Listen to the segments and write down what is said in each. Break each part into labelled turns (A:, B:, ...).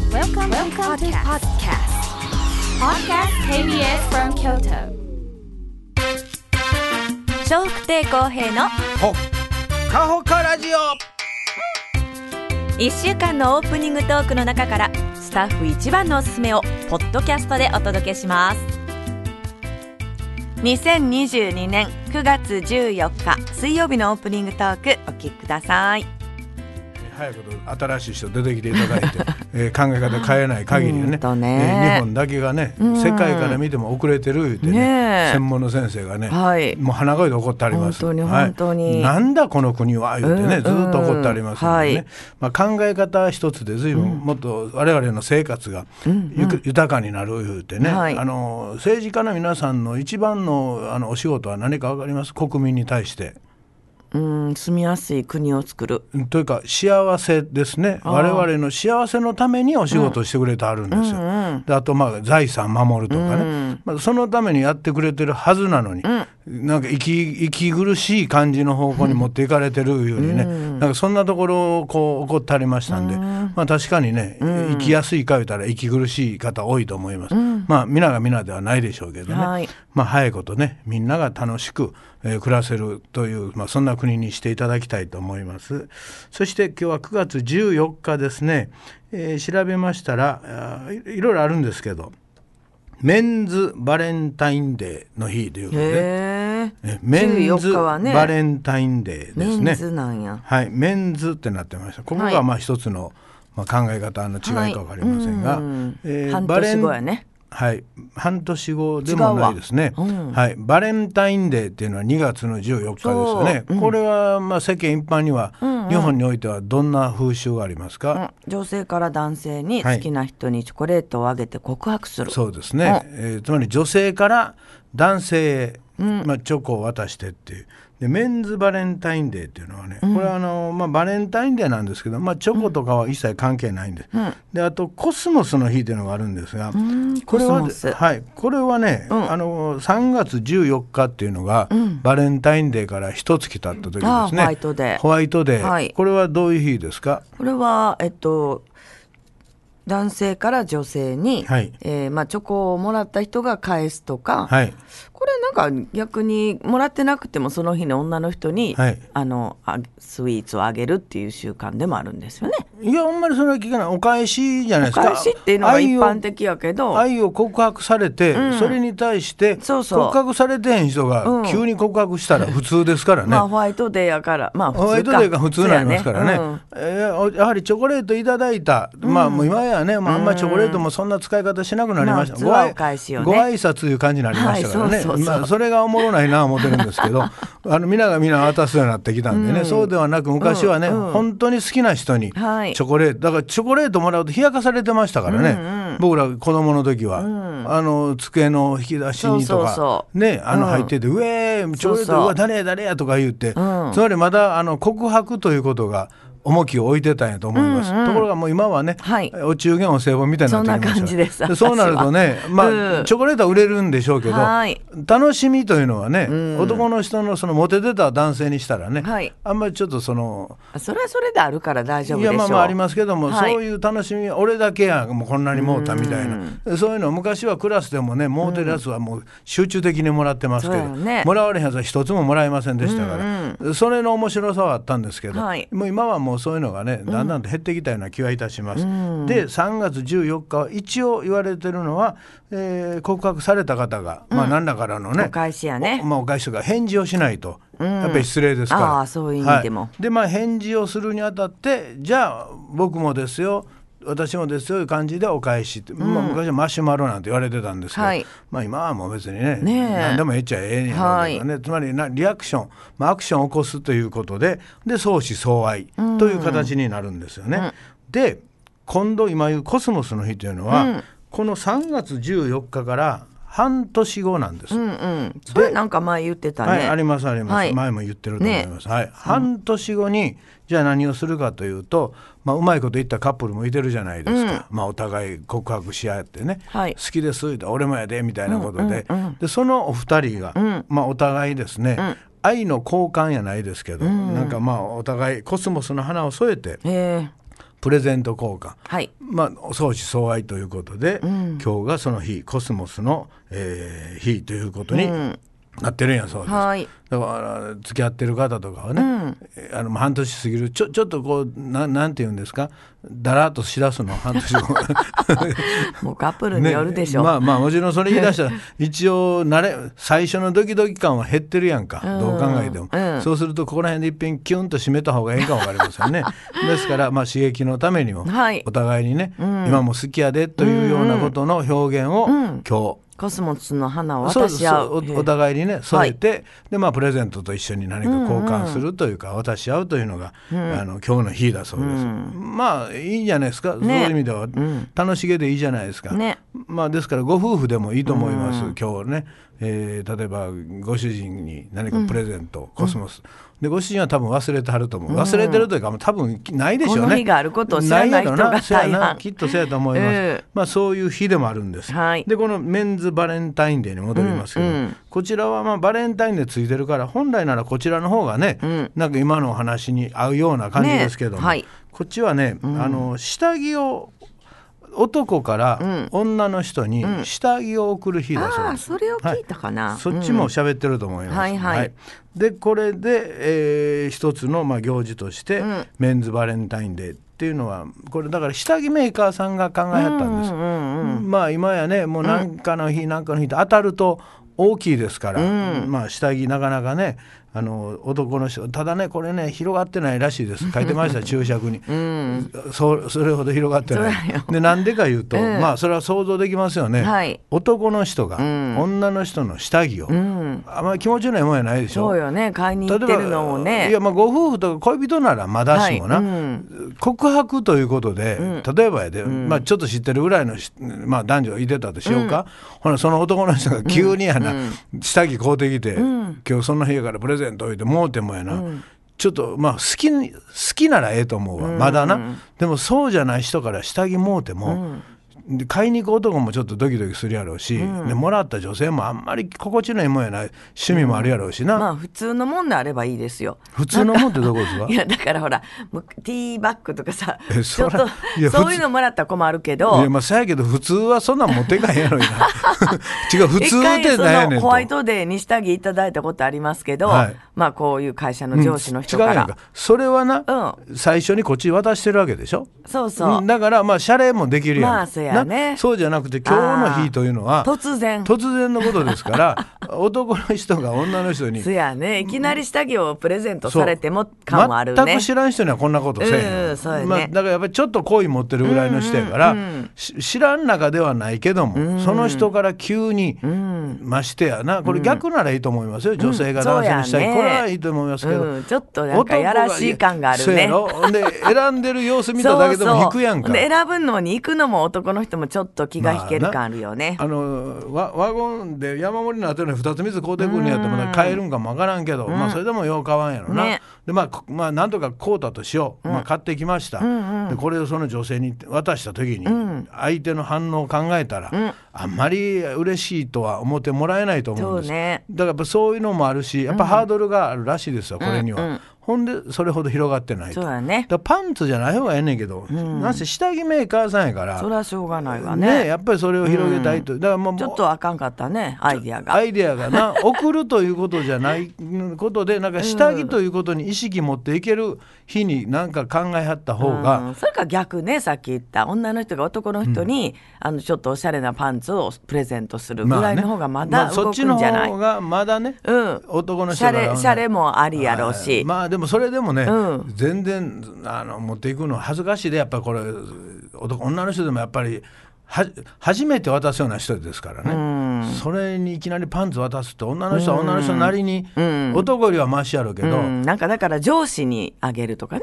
A: Welcome to
B: Welcome, to podcast.
A: Podcast KBS from Kyoto.
B: 笑福亭公平の
C: ほっかほかラジオ
B: 1週間のオープニングトークの中からスタッフ一番のおすすめをポッドキャストでお届けします2022年9月14日水曜日のオープニングトークお聞きください
C: 早く新しい人出てきていただい て、えー考え方変えない限りは
B: ほん
C: ね
B: とね
C: えー日本だけがね、
B: ん
C: 世界から見ても遅れてる言うてね
B: ねえ
C: 専門の先生がね、
B: はい
C: もう鼻声で怒ってあります
B: 本当に
C: はい
B: 本当に
C: なんだこの国は言うてね、
B: うん
C: ずっと怒ってありますのでね、
B: はい
C: まあ、考え方一つで随分もっと我々の生活がゆく豊かになる言うてね、
B: はい
C: あの政治家の皆さんの一番のあのお仕事は何か分かります国民に対して。
D: うん、住みやすい国を作る。
C: というか幸せですね我々の幸せのためにお仕事をしてくれてあるんですよ。であとまあ財産守るとかね、まあ、そのためにやってくれてるはずなのに、なんか息息苦しい感じの方向に持っていかれてるようにね、なんかそんなところをこう怒ってありましたんで、まあ、確かにね、生きやすいか言うたら息苦しい方多いと思います。まあ皆が皆ではないでしょうけどね、
D: はい
C: まあ、早いことねみんなが楽しく、えー暮らせるという、まあ、そんな国にしていただきたいと思いますそして今日は9月14日ですね、えー調べましたらあーいいろいろあるんですけどメンズバレンタインデーの日ということで
D: へえ。
C: えメンズ
D: 14日はね
C: バレンタインデーですね
D: メンズなんや。
C: はい、メンズってなってました。ここ
D: は
C: が
D: い
C: まあ一つの、まあ、考え方の違いかわかりませんが、
D: はいうん
C: え
D: 半
C: バレン
D: 年後やね。
C: はい、半年後でもないですね。
D: 違うわうん
C: はい、バレンタインデーっていうのは2月の14日ですよね。これはまあ世間一般には、日本においてはどんな風習がありますか。
D: うん、女性から男性に
C: はい
D: 好きな人にチョコレートをあげて告白する。
C: そうですね、えーつまり女性から男性へ、まあ、チョコを渡してっていうでメンズバレンタインデーっていうのはね、これはあの、まあ、バレンタインデーなんですけど、まあ、チョコとかは一切関係ないんです、であとコスモスの日っていうのがあるんですが、これは
D: コスモス
C: はい、これはね、あの3月14日っていうのが、バレンタインデーから一月経った時ですね
D: ああホワイトデー
C: ホワイトデー
D: はい
C: これはどういう日ですか
D: これはえっと男性から女性に、
C: はい
D: えーまあチョコをもらった人が返すとか、
C: はい
D: これなんか逆にもらってなくてもその日の女の人に、
C: はい
D: あのあスイーツをあげるっていう習慣でもあるんですよね。
C: いやあんまりそれは聞かないお返しじゃないですか
D: 返しっていうのが一
C: 愛を
D: 般的やけど。
C: 愛を告白されて、それに対して
D: そうそう
C: 告白されてへん人
D: う
C: が
D: ん
C: 急に告白したら普通ですからね。
D: まあホワイトデーやからまあ普通か
C: ホワイトデーが普通になりますからね
D: そうやうん
C: えーおやはりチョコレートいただいた、まあもう今やね、まあ、あんまりチョコレートもそんな使い方しなくなりました、
D: まあ普通はお返しよね
C: ご挨拶いう感じになりましたからね、
D: はいそうそうそう
C: まあ、それがおもろないな思ってるんですけ どあの皆が皆渡すようになってきたんでね、そうではなく昔はね、本当に好きな人にチ
D: はい
C: ョコレートだからチョコレートもらうと冷やかされてましたからね、僕ら子供の時は、あの机の引き出しにとか
D: そうそうそ
C: ねあの入ってて「うえーチョコレー
D: そうそ
C: ト
D: う
C: うわ誰や誰や」とか言って、つまりまだあの告白ということが重きを置いてたんやと思います、ところがもう今はね、
D: はい
C: お中元お歳暮みたいになってきました
D: そんな感じです私は
C: そうなるとねまあ、
D: うん
C: チョコレートは売れるんでしょうけど
D: はい
C: 楽しみというのはね、男の人のそのモテてた男性にしたらね、
D: はい
C: あんまりちょっとその
D: それはそれであるから大丈夫
C: い
D: でしょ
C: や
D: う
C: まあまあありますけども、
D: はい
C: そういう楽しみは俺だけやもうこんなにもうたみたいなそういうの昔はクラスでもねもうてるやつはもう集中的にもらってますけど、
D: そうやね
C: もらわれへんやつは一つももらえませんでしたから、それの面白さはあったんですけど、
D: はい
C: もう今はもうそういうのがねだんだんと減ってきたような気はいたします。で3月14日は一応言われてるのは、えー告白された方が、まあ何らからのね
D: お返しやね
C: おまあ、お返しとか返事をしないと、やっぱり失礼ですから。
D: ああそういう意味でも
C: はいでまあ返事をするにあたってじゃあ僕もですよ私もですよいう感じでお返しって、まあ、昔はマシュマロなんて言われてたんですけど、
D: はい
C: まあ今はもう別にね
D: ねえ
C: 何でもええっちゃええんやろうけどね、つまりなリアクション、まあ、アクションを起こすということでで相思相愛という形になるんですよね。で今度今言うコスモスの日というのは、この3月14日から半年後なんです。
D: うんうんそれなんか前言ってたね、
C: はい、ありますあります、
D: はい
C: 前も言ってると思います、はい、半年後にじゃあ何をするかというと、まあ、うまいこと言ったカップルもいてるじゃないですか、まあ、お互い告白し合ってね、
D: はい
C: 好きですって俺もやでみたいなことで,、でそのお二人が、まあ、お互いですね、愛の交換やないですけど、なんかまあお互いコスモスの花を添えて
D: ええ
C: ププレゼント交換、
D: はい
C: まあ、相思相愛ということで、今日がその日コスモスの、えー日ということになってるんやそうです。
D: はい
C: だから付き合ってる方とかはね、えーあのまあ半年過ぎるちょちょっとこうななんて言うんですかだらっとしだすの 半年後
D: もうカップルによるでしょ、
C: ねまあまあもちろんそれ言い出したら一応慣れ最初のドキドキ感は減ってるやんか、どう考えても、
D: うん
C: そうするとここら辺でいっぺんキュンと締めた方がいいかもわかりませ んねですからまあ刺激のためにも、
D: はい
C: お互いにね、今も好きやでというようなことの表現を、今日
D: コスモスの花を
C: そう
D: 渡
C: です
D: し合う
C: そうおお互いにね添えて、でまあプレゼントと一緒に何か交換するというか、渡し合うというのが、あの今日の日だそうです、まあいいんじゃないですか、そういう意味では、楽しげでいいじゃないですか、
D: ね
C: まあですからご夫婦でもいいと思います、今日ね、えー例えばご主人に何かプレゼント、コスモスでご主人は多分忘れてはると思う忘れてるというかもう多分ないでしょうね
D: この日があることを知らない人が
C: やろなそうやな
D: 大半
C: きっとそうやと思います、
D: ええ
C: まあそういう日でもあるんです、
D: はい
C: でこのメンズバレンタインデーに戻りますけど、こちらはまあバレンタインデーついてるから本来ならこちらの方がね、なんか今のお話に合うような感じですけども、
D: ねはい
C: こっちはね、あの下着を男から女の人に下着を送る日だそう
D: あ
C: で
D: あ
C: す。
D: それを聞いたかな、
C: はいそっちも喋ってると思います。
D: はいはい
C: でこれで、えー一つのまあ行事として、メンズバレンタインデーっていうのはこれだから下着メーカーさんが考えはったんです。まあ今やねもう何かの日、なん、かの日と当たると大きいですから、まあ下着なかなかねあの男の人ただねこれね広がってないらしいです書いてました注釈に、そうそれほど広がってない
D: そうだよ
C: でなんでか言うと、まあそれは想像できますよね、
D: はい
C: 男の人が、女の人の下着を、あんまり気持ちのいいもんやないでしょ
D: そうよね買いに行ってるのをね
C: いやまあご夫婦とか恋人ならまだしもな、
D: はい
C: 告白ということで、例えばやで、まあ、ちょっと知ってるぐらいのし、まあ、男女いてたとしようか、ほなその男の人が急にやな、下着買うてきて、今日その部屋からプレゼント置いてもうてもやな、ちょっとまあ好きに好きならええと思うわまだな、でもそうじゃない人から下着もうても、で買いに行く男もちょっとドキドキするやろうし、でもらった女性もあんまり心地のいいもんやない趣味もあるやろうしな、
D: まあ普通のもんであればいいですよ。
C: 普通のもんってどこ ですか
D: いやだからほらむティーバッグとかさ
C: え
D: ちょ
C: そ
D: っ
C: ら
D: と
C: いや
D: そういうのもらったら困るけど
C: いやまあそうやけど普通はそんなん持ってかへんやろいな 違う普通
D: 一
C: っ
D: 回
C: て
D: そ
C: なんやねん
D: のホ
C: と
D: ワイトデーに下着いただいたことありますけど、
C: はい
D: まあこういう会社の上司の人か
C: うん違うや
D: ら、
C: んかそれはな、最初にこっちに渡してるわけでしょ
D: そうそうん
C: だからまあ謝礼もできるやん、
D: まあそやね
C: なそうじゃなくて今日の日というのは
D: あー突然
C: 突然のことですから男の人が女の人に
D: そやねいきなり下着をプレゼント
C: そう
D: されても感はあるね
C: 全く知らん人にはこんなことせえへん、
D: うんうんそうやね
C: まあ、だからやっぱりちょっと好意持ってるぐらいの人やから、し知らん中ではないけども、その人から急に、ましてやなこれ逆ならいいと思いますよ、女性が男性にしたい、
D: そうやね
C: これはいいと思いますけど、
D: うんちょっとなんかやらしい感があるね
C: 男がいやそうやろほんで選んでる様子見ただけでも引くやんか。
D: で選ぶのに行くのも男の人もちょっと気が引ける感あるよね、
C: あのわワゴンで山盛りの後に2つ3つ買うてくるんやってまだ買えるんかもわからんけど、まあそれでもよう買わんやろな、
D: ね
C: でまあ、こまあなんとか買うたとしよう、まあ、買ってきました、でこれをその女性に渡した時に相手の反応を考えたら、あんまり嬉しいとは思ってもらえないと思うんです
D: そうね
C: だからやっぱそういうのもあるしやっぱハードルがあるらしいですよこれには、ほんでそれほど広がってないと
D: そうやね
C: だからパンツじゃない方がええねんけど、なんせ下着メーカーさんやから
D: それはしょうがないわ
C: ね
D: ね
C: やっぱりそれを広げたいと、だからもう
D: ちょっとあかんかったねアイディアが
C: アイデアが な送るということじゃないことでなんか下着ということに意識持っていける日になんか考えはった方
D: うん
C: が、
D: それか逆ねさっき言った女の人が男の人に、あのちょっとおしゃれなパンツをプレゼントするぐらいの方がまだ
C: そ
D: 動
C: っ
D: く
C: ちの
D: んじゃない、
C: 方がまだね、
D: うん
C: 男の人
D: シ
C: か
D: ャ
C: ら
D: レシャレもありやろう
C: は
D: し、
C: いまあでもそれでもね、
D: うん
C: 全然あの持っていくの恥ずかしいでやっぱりこれ男女の人でもやっぱりは初めて渡すような人ですからね、それにいきなりパンツ渡すって女の人は女の人なりに、男よりはマシやろうけど、
D: うんなんかだから上司にあげるとかね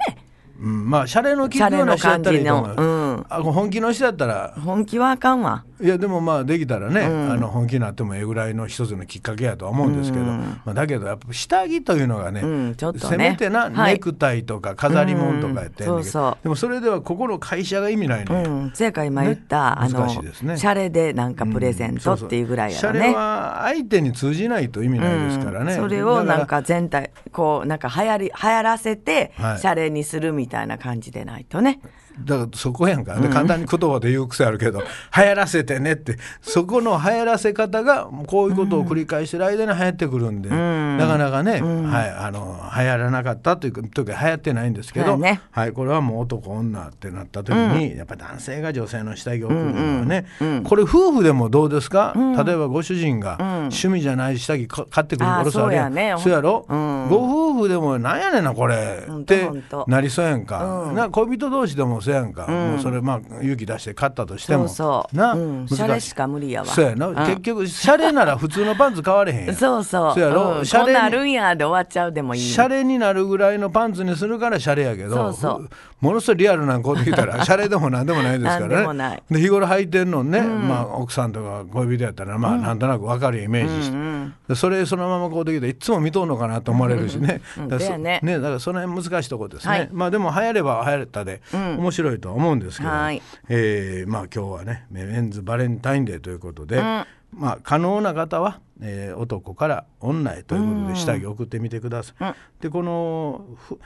C: うんまあシャレの効くような人だったらいいと思
D: シャレの
C: う、あ本気の人だったら
D: 本気はあかんわ
C: いやでもまあできたらね、あの本気になってもええぐらいの一つのきっかけやとは思うんですけど、まあ、だけどやっぱ下着というのがね,、
D: んちょっとね
C: せめてな、
D: はい
C: ネクタイとか飾り物とかやってんだけど、
D: うんそうそう
C: でもそれでは心会社が意味ないね、
D: うんせやから今言った、あ
C: ね
D: の
C: 難しいですね
D: シャレでなんかプレゼントっていうぐらいや
C: そ
D: ろ
C: うそうシャレ
D: ね、
C: は相手に通じないと意味ないですからね、
D: それをなん
C: だら
D: か全体こうなんか流行り流行らせてシ
C: はい
D: ャレにするみたいな感じでないとね、
C: だからそこやんか、で簡単に言葉で言う癖あるけど、流行らせてねってそこの流行らせ方がこういうことを繰り返してる間に流行ってくるんで、なかなかね、はい、あの流行らなかったというか時は流行ってないんですけ
D: そ
C: ど、
D: うね
C: はい、これはもう男女ってなった時に、やっぱ男性が女性の下着を送るのはね、これ夫婦でもどうですか、例えばご主人が趣味じゃない下着か買ってくる
D: あー
C: おろすあるやん
D: そうやね
C: そうやろ、
D: うん
C: ご夫婦でもなんやねんなこれ
D: ほん
C: っ
D: と
C: て
D: ほんと
C: なりそうやんか、な恋人同士でもそうやんか、もうそれまあ勇気出して買ったとしても
D: そうそう
C: な、
D: うん
C: 難
D: シャレしか無理やわ
C: そうやな、
D: うん
C: 結局シャレなら普通のパンツ買われへんやん
D: そうそう。
C: やろ、
D: うん
C: シャ
D: こん
C: レ
D: なんあ
C: に
D: るんやで終わっちゃうでもいい。
C: シャレになるぐらいのパンツにするからシャレやけど
D: そうそう
C: ものすごいリアルなこできたらシャレでもなんでもないですか
D: なんで
C: ら
D: もな
C: ね
D: い
C: で日頃履いてんのね、まあ、奥さんとか恋人やったらまあなんとなく分かるイメージして、でそれそのままこうできたらいつも見とんのかなと思われるしね,
D: うん
C: だからそ、
D: だよね
C: だからその辺難しいとこですね、
D: はい
C: まあでも流行れば流行ったで、面白いとは思うんですけど、
D: はい
C: えーまあ今日はねメンズバレンタインデーということで、まあ、可能な方は、えー男から女へということで下着を送ってみてください。でこのふ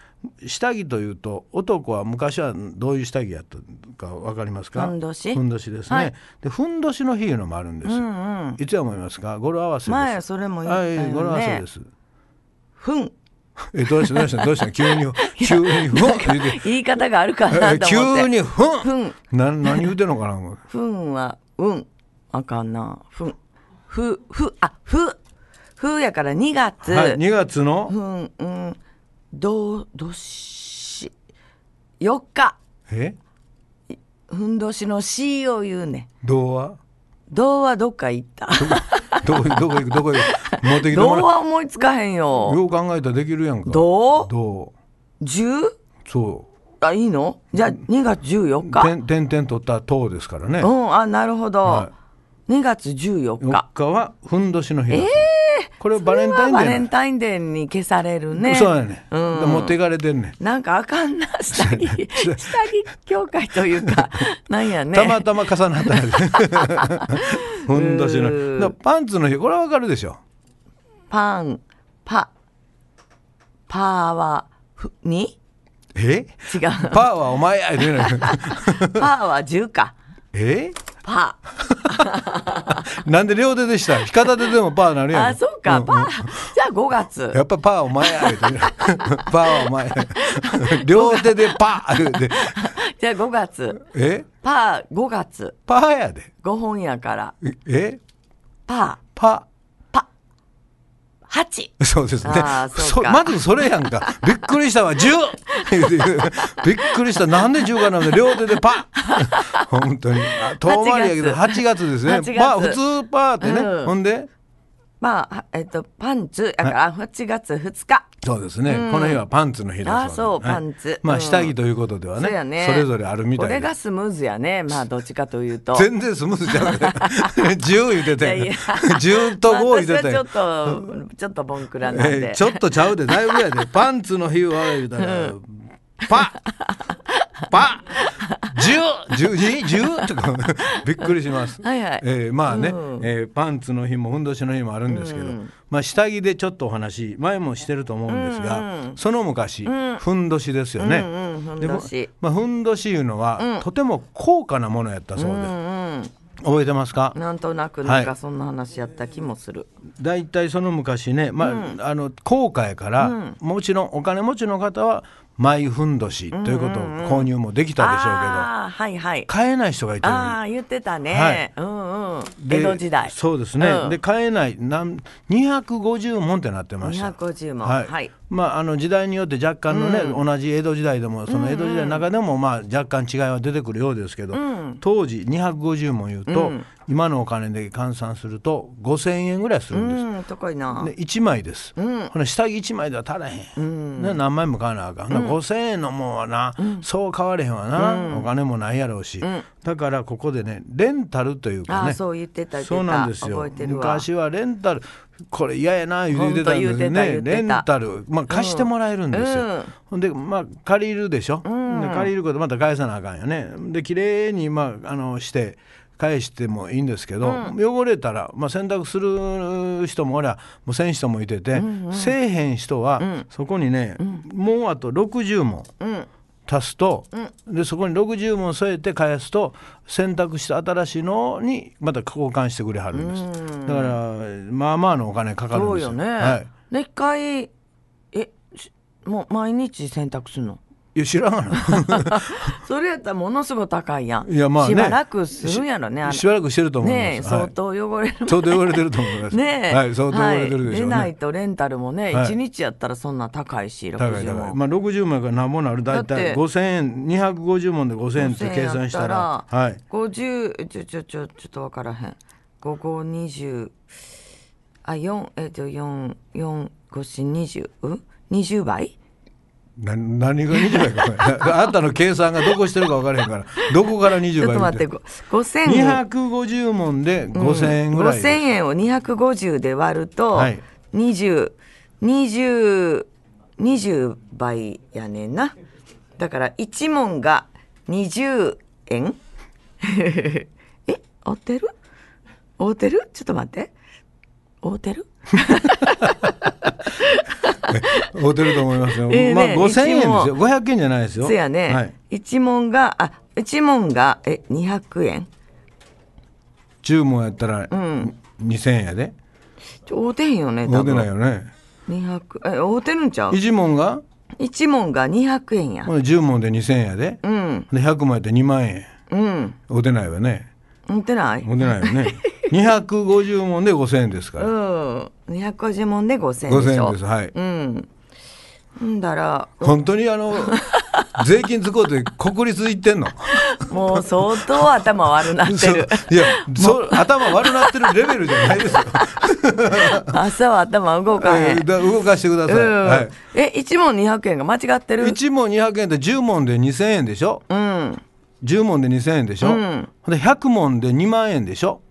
C: 下着というと男は昔はどういう下着やったか分かりますか
D: ふんどし
C: ふんどしですね。
D: はい
C: でふんどしの日いうのもあるんですよ。いつや思いますか語呂合わせです。
D: 前それも言ったよね
C: はい、語呂合わせです。
D: ふん。
C: えどうしたどうしたどう した急に急にふん言うて
D: 言い方があるか
C: え
D: なと思って。
C: 急にふん
D: ふん。
C: な何言うてんのか な
D: ふんは、うん。あかんな。ふん。ふ、ふ、あ、ふ。ふやから2月。
C: はい、2月の
D: ふん、うん。どう、どし。4日。
C: え
D: ふんどしの C を言うね。
C: 童話
D: どうはどっか行った。
C: どこどこ行くどこ行く持ってきて
D: ど
C: も
D: う
C: ら
D: は思いつかへん
C: う
D: よ。
C: よう考えたらできるやんか
D: どう
C: ど
D: 10?
C: うそ
D: あ、いいのじゃあ2月14
C: う
D: 日。
C: 点点々取ったら党ですからね
D: うん、あ、なるほど。
C: は
D: 2月14
C: 4
D: 日。
C: 日はふんどしの日えこれバレンタインデ
D: バ
C: ー
D: レ
C: や
D: ン
C: ね
D: タインデーに消されるね。
C: そうやね、
D: うん
C: だから持っていかれてんねん
D: なんかあかんな、下 着、下着協会という か、なんやね。
C: たまたま重なった んやねふんどし
D: う
C: の
D: ー
C: だからパンツの日これはわかるでしょ
D: パン、パ、パーは、ふ、に
C: え
D: 違う。パ
C: パーはお前や 言うてない
D: ーは10か。
C: え
D: パ
C: なんで両手でした片手でもパーなる
D: ー。
C: やん
D: あ、そうか、
C: ん
D: パー。 じゃあ5月。
C: やっ ぱパーお前や言うてねパーはお 前や両手でパー言うて
D: じゃあ5月。
C: え
D: パー5月。
C: パーやで
D: 5本やから。
C: え
D: パ
C: パ
D: ー8。
C: ー そうですね
D: あーそうか
C: まずそれやん かびっくりしたわ 10! びっくりしたなんで10かなので両手でパー 本当にあ遠回りやけど
D: 8
C: 8月です
D: 8
C: ね
D: 月
C: まあ普通パーってね、
D: うん
C: ほんで
D: まあ、はえっと、パンツ、だから8月2日。
C: そうですね、この日はパンツの日だそうです
D: あーそうパンツ
C: ま
D: う
C: あ
D: ん
C: 下着ということではね,、
D: そうやね。
C: それぞれあるみたい
D: こ
C: で
D: れがスムーズやね。まあ、どっちかというと。
C: 全然スムーズじゃない10言うてた
D: いや
C: よ
D: いや
C: 10と5言うてた
D: まあ
C: よ
D: 私はちょっと、ちょっとボンクラなん
C: え
D: で。
C: ーちょっとちゃうでだいぶやで パンツの日は言うたら、パパ十十時十とかびっくりします。
D: はいはい
C: えーまあね、
D: うん
C: えーパンツの日もふんどしの日もあるんですけど、まあ下着でちょっとお話前もしてると思うんですが、その昔、ふんどしですよね。
D: うんうんふんどし
C: でまあふんどしいうのは、とても高価なものやったそうで、覚えてますか？
D: なんとなく、なん
C: は
D: か
C: い
D: そんな話やった気もする。
C: 大体その昔ね、まああの高価やから、もちろんお金持ちの方は毎ふんどしということを購入もできたでしょうけど、
D: ああ、はいはい。
C: 買えない人がいてる
D: ああ、言ってた
C: はい
D: ね。うんうん。
C: で
D: 江戸時代。
C: そうですね、
D: うん
C: で買えないなん250問ってなってました
D: 250問はい
C: まああの時代によって若干のね、同じ江戸時代でもその江戸時代の中でもまあ若干違いは出てくるようですけど、当時250問言うと、今のお金で換算すると5,000円ぐらいするんです、
D: うん、とこいな。
C: で1枚です、ほな下着1枚では足らへん、ね何枚も買わなあかん、ほな5,000円のもんはな、そう買われへんわな、お金もないやろうし、だからここでねレンタルというか
D: あ
C: ね
D: あ、そう言ってた。言ってた
C: そうなんですよ
D: 覚えてるわ。
C: 昔はレンタルこれ嫌やな言うてたんです
D: ほんと言うてた言
C: ね
D: うてた
C: レンタル、まあ、貸してもらえるんですよ、
D: うんうん
C: ほんでまあ借りるでしょ、で借りることまた返さなあかんよねで綺麗にまああのして返してもいいんですけど、汚れたら、まあ、洗濯する人もおりゃもうせん人もいてて、せえへん人は、そこにね、もうあと60も、足すと、でそこに60文添えて返すと選択した新しいのにまた交換してくれはるんです、だからまあまあのお金かかるん
D: そう
C: ですよ
D: よね。
C: はい
D: で一回えしもう毎日洗濯するの。
C: いや知らんがな
D: それやったらものすごい高いやん。
C: いやまあね
D: しばらくするんやろ ね。あの
C: しばらくしてると思います、
D: ねえ、
C: は
D: 相
C: い
D: 当汚れる。
C: 相当言われてると思います。
D: ねえ、
C: はい、相当言われてるでしょうね。
D: はいでないとレンタルもね、一、
C: はい
D: 日やったらそんな高いし、
C: 高い
D: 60
C: 高い。
D: 万。
C: まあ60枚から何本なる大
D: だって
C: 体5000円、250問で5000円って計算したら、はい。
D: 五十ちょちょちょちょっとわからへん。五五二十あ四えっと四四五四二十二十倍？
C: な何が20倍かこれ。 あなたの計算がどこしてるか分からへんから、どこから
D: ち
C: 20
D: ょっ
C: 倍
D: と待って
C: て。
D: 五千
C: 250問で5000円ぐらい
D: 五
C: です。
D: 千円を二百五十で割ると
C: はい
D: 二十二十二十倍やねんな。だから一問が二十円。 え合ってる？合ってる？ちょっと待って。合ってる？
C: 合ってると思いますよ。
D: ええね
C: まあ5000円ですよ。
D: 一応
C: 500円じゃないですよ。
D: そうや
C: は
D: ね
C: い。。
D: 一、問が、あ、一問が、え、二百円。
C: 10問やったら2000円やで。
D: ちょ、合うてへんよね。
C: 合
D: 多
C: うてない
D: 分
C: よね。
D: 二百、え、合うてるんちゃう。
C: 1問が
D: 一問が二百円や
C: ほ。んで10問で2000円やで。
D: うん、
C: で100枚やって2万円。
D: うん、
C: お出ないよね。
D: 合うてない。
C: お出ないよね。250問で5000円ですか
D: う
C: ら。
D: ん、二百五十問で五千円で
C: 5000
D: しょ。
C: 円です。はい。
D: うん。んだら、
C: 本当にあの、税金使うて国立行ってんの
D: もう相当頭悪なってる。
C: そういや、そう頭悪なってるレベルじゃないです よ。
D: 朝は頭動かへ
C: え
D: ん
C: ー。 だ動かしてください。
D: うん。
C: はい
D: え、一問二百円が間違ってる。
C: 1問200円で10問で2000円でしょ
D: うん。
C: 10問で2000円でしょ、
D: うん
C: ほで100問で2万円でしょ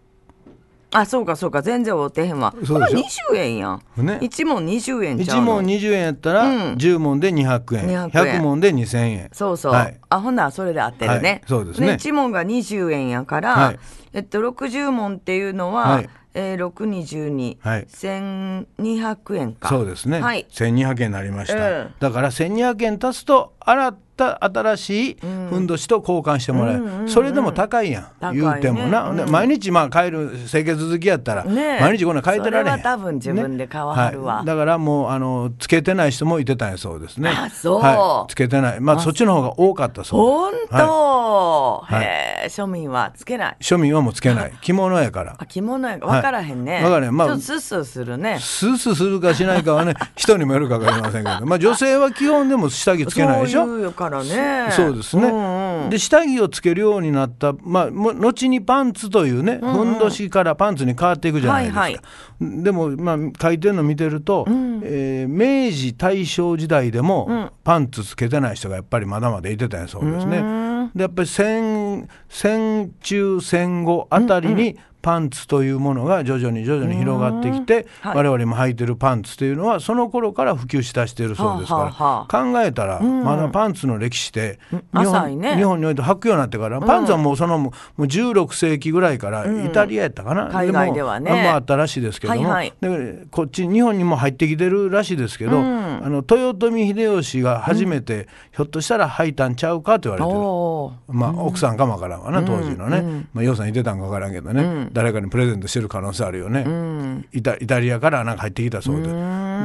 D: あ、そうかそうか、全然合うてへんわ。
C: そうでしょ
D: これ20円やん。
C: ね
D: 一問20円ちゃ
C: 1
D: うの
C: 問20円やったら、
D: うん
C: 10問で200円
D: 200円
C: 100問で2000円
D: そうそう、
C: はい
D: あほんならそれで合ってるね、
C: はいそうですね
D: 1問が20円やから、
C: はい
D: えっと60問っていうのは、
C: はい
D: えー、622、
C: はい
D: 1200円か
C: そうですね、
D: はい
C: 1200円になりました、
D: うん
C: だから1200円足すと洗った新しいふんどしと交換してもらえる、それでも高いやん
D: 高いね
C: 言うてもな、
D: うん
C: ね毎日まあ買える清潔好きやったら、
D: ねえ
C: 毎日こんなん変えてられへん
D: それは多分自分で買わはるわ
C: だからもうあのつけてない人もいてたんやそうですね
D: あそう
C: はい、つけてないまあそっちの方が多かったそう
D: ほんと、
C: はい
D: へえ庶民はつけない
C: 庶民はもうつけない着物やから
D: あ着物やか
C: はい
D: 分からへんね、
C: わからへんまあ
D: ちょっとスッスッするね
C: スースーするかしないか はね人にもよるか分かりませんけど、まあ、女性は基本でも下着つけないでしょ
D: そういうからね
C: そうですね、
D: んうん
C: で下着をつけるようになった、まあ、も後にパンツというね、ふんどしからパンツに変わっていくじゃないですか、
D: はいは
C: でも、まあ、書いてるの見てると、えー明治大正時代でもパンツつけてない人がやっぱりまだまだいてたんやそうですね、でやっぱり戦戦中戦後あたりにパンツというものが徐々に徐々に広がってきて、
D: はい
C: 我々も履いてるパンツというのはその頃から普及しだしているそうですから、
D: はあはあはあ
C: 考えたら、まだパンツの歴史で、
D: うん
C: 日本
D: 浅いね
C: 日本において履くようになってから、パンツはもうそのもう16世紀ぐらいから、イタリアやったかな
D: 海外ではね
C: もあんまあったらしいですけども、
D: はい
C: でこっち日本にも入ってきてるらしいですけど、あの豊臣秀吉が初めて、ひょっとしたら履いたんちゃうかと言われてる。
D: おー
C: まあ、奥さんかもわからんわな、当時のね、まあ、洋さんいてたんかわからんけどね、誰かにプレゼントしてる可能性あるよね、イタイタリアからなんか入ってきたそうで、だか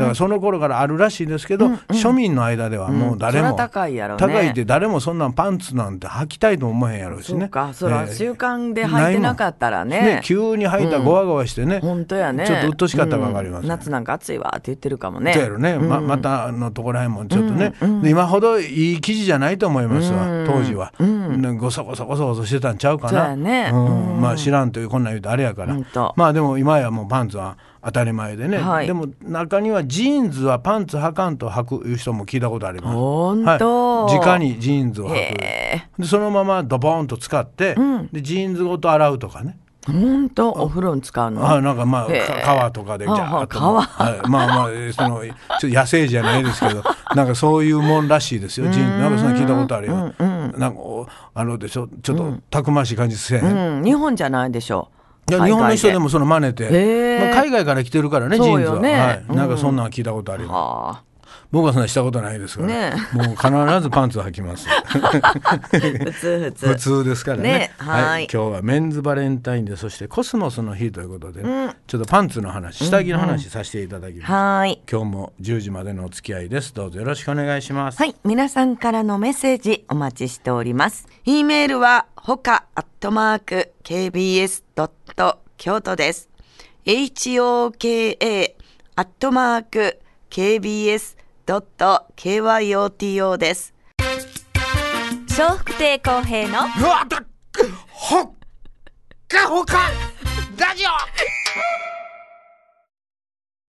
C: らその頃からあるらしいですけど、庶民の間ではもう誰も、
D: うんそら高いやろね
C: 高いって誰もそんなんパンツなんて履きたいと思えへんやろうし
D: そう
C: ね
D: かそら
C: ええ
D: 習慣で履いてなかったら
C: ないもん
D: ね
C: 急に履いたらゴワゴワしてね、
D: 本当やね
C: ちょっと鬱陶しかったらわかります、
D: うん夏なんか暑いわって言ってるかもね
C: そうやろね、ままたあのとこらへんもちょっとね、で今ほどいい記事じゃないと思いますわ、当時は、ねごそごそごそごそしてたんちゃうかな
D: そうやね
C: んまあ知らんというこんなん言うとあれやから、
D: ほんと
C: まあでも今やもうパンツは当たり前でね、
D: はい
C: でも中にはジーンズはパンツ履かんと履くいう人も聞いたことあります
D: ほんと
C: はい、直にジーンズを履く
D: へ
C: でそのままドボンと使って、でジーンズごと洗うとかね
D: えほんとお風呂に使うの
C: あなんかまあ、
D: へえ
C: か川とかでジャーッと、
D: はあはあ
C: はいまあまあえーそのちょっと野生じゃないですけどなんかそういうもんらしいですよ人なんかそんな聞いたことあるよ、なんかおあのでしょちょっとたくましい感じせえへん、
D: うん日本じゃないでしょ
C: いや
D: 海
C: 日
D: 外
C: 本の人でもその真似て、
D: へえ
C: まあ海外から来てるからねジー
D: そう
C: ンズ
D: よ
C: は、
D: ね
C: はい、なんかそんなの聞いたことあるよ、
D: はあ
C: 僕はそんなしたことないですから、
D: ね
C: もう必ずパンツ履き ます
D: 普通普通
C: 普通ですからね
D: ね
C: はい
D: はい
C: 今日はメンズバレンタインでそしてコスモスの日ということでね、ちょっとパンツの話下着の話させていただきます、
D: はーい
C: 今日も10時までのお付き合いですどうぞよろしくお願いします
D: はい、皆さんからのメッセージお待ちしております。e メールは、ほか、アットマーク、kbs. 京都です。hoka、アットマーク、kbs.kyoto です。
B: 笑福亭公平の
C: うわだっほっかほかラジオ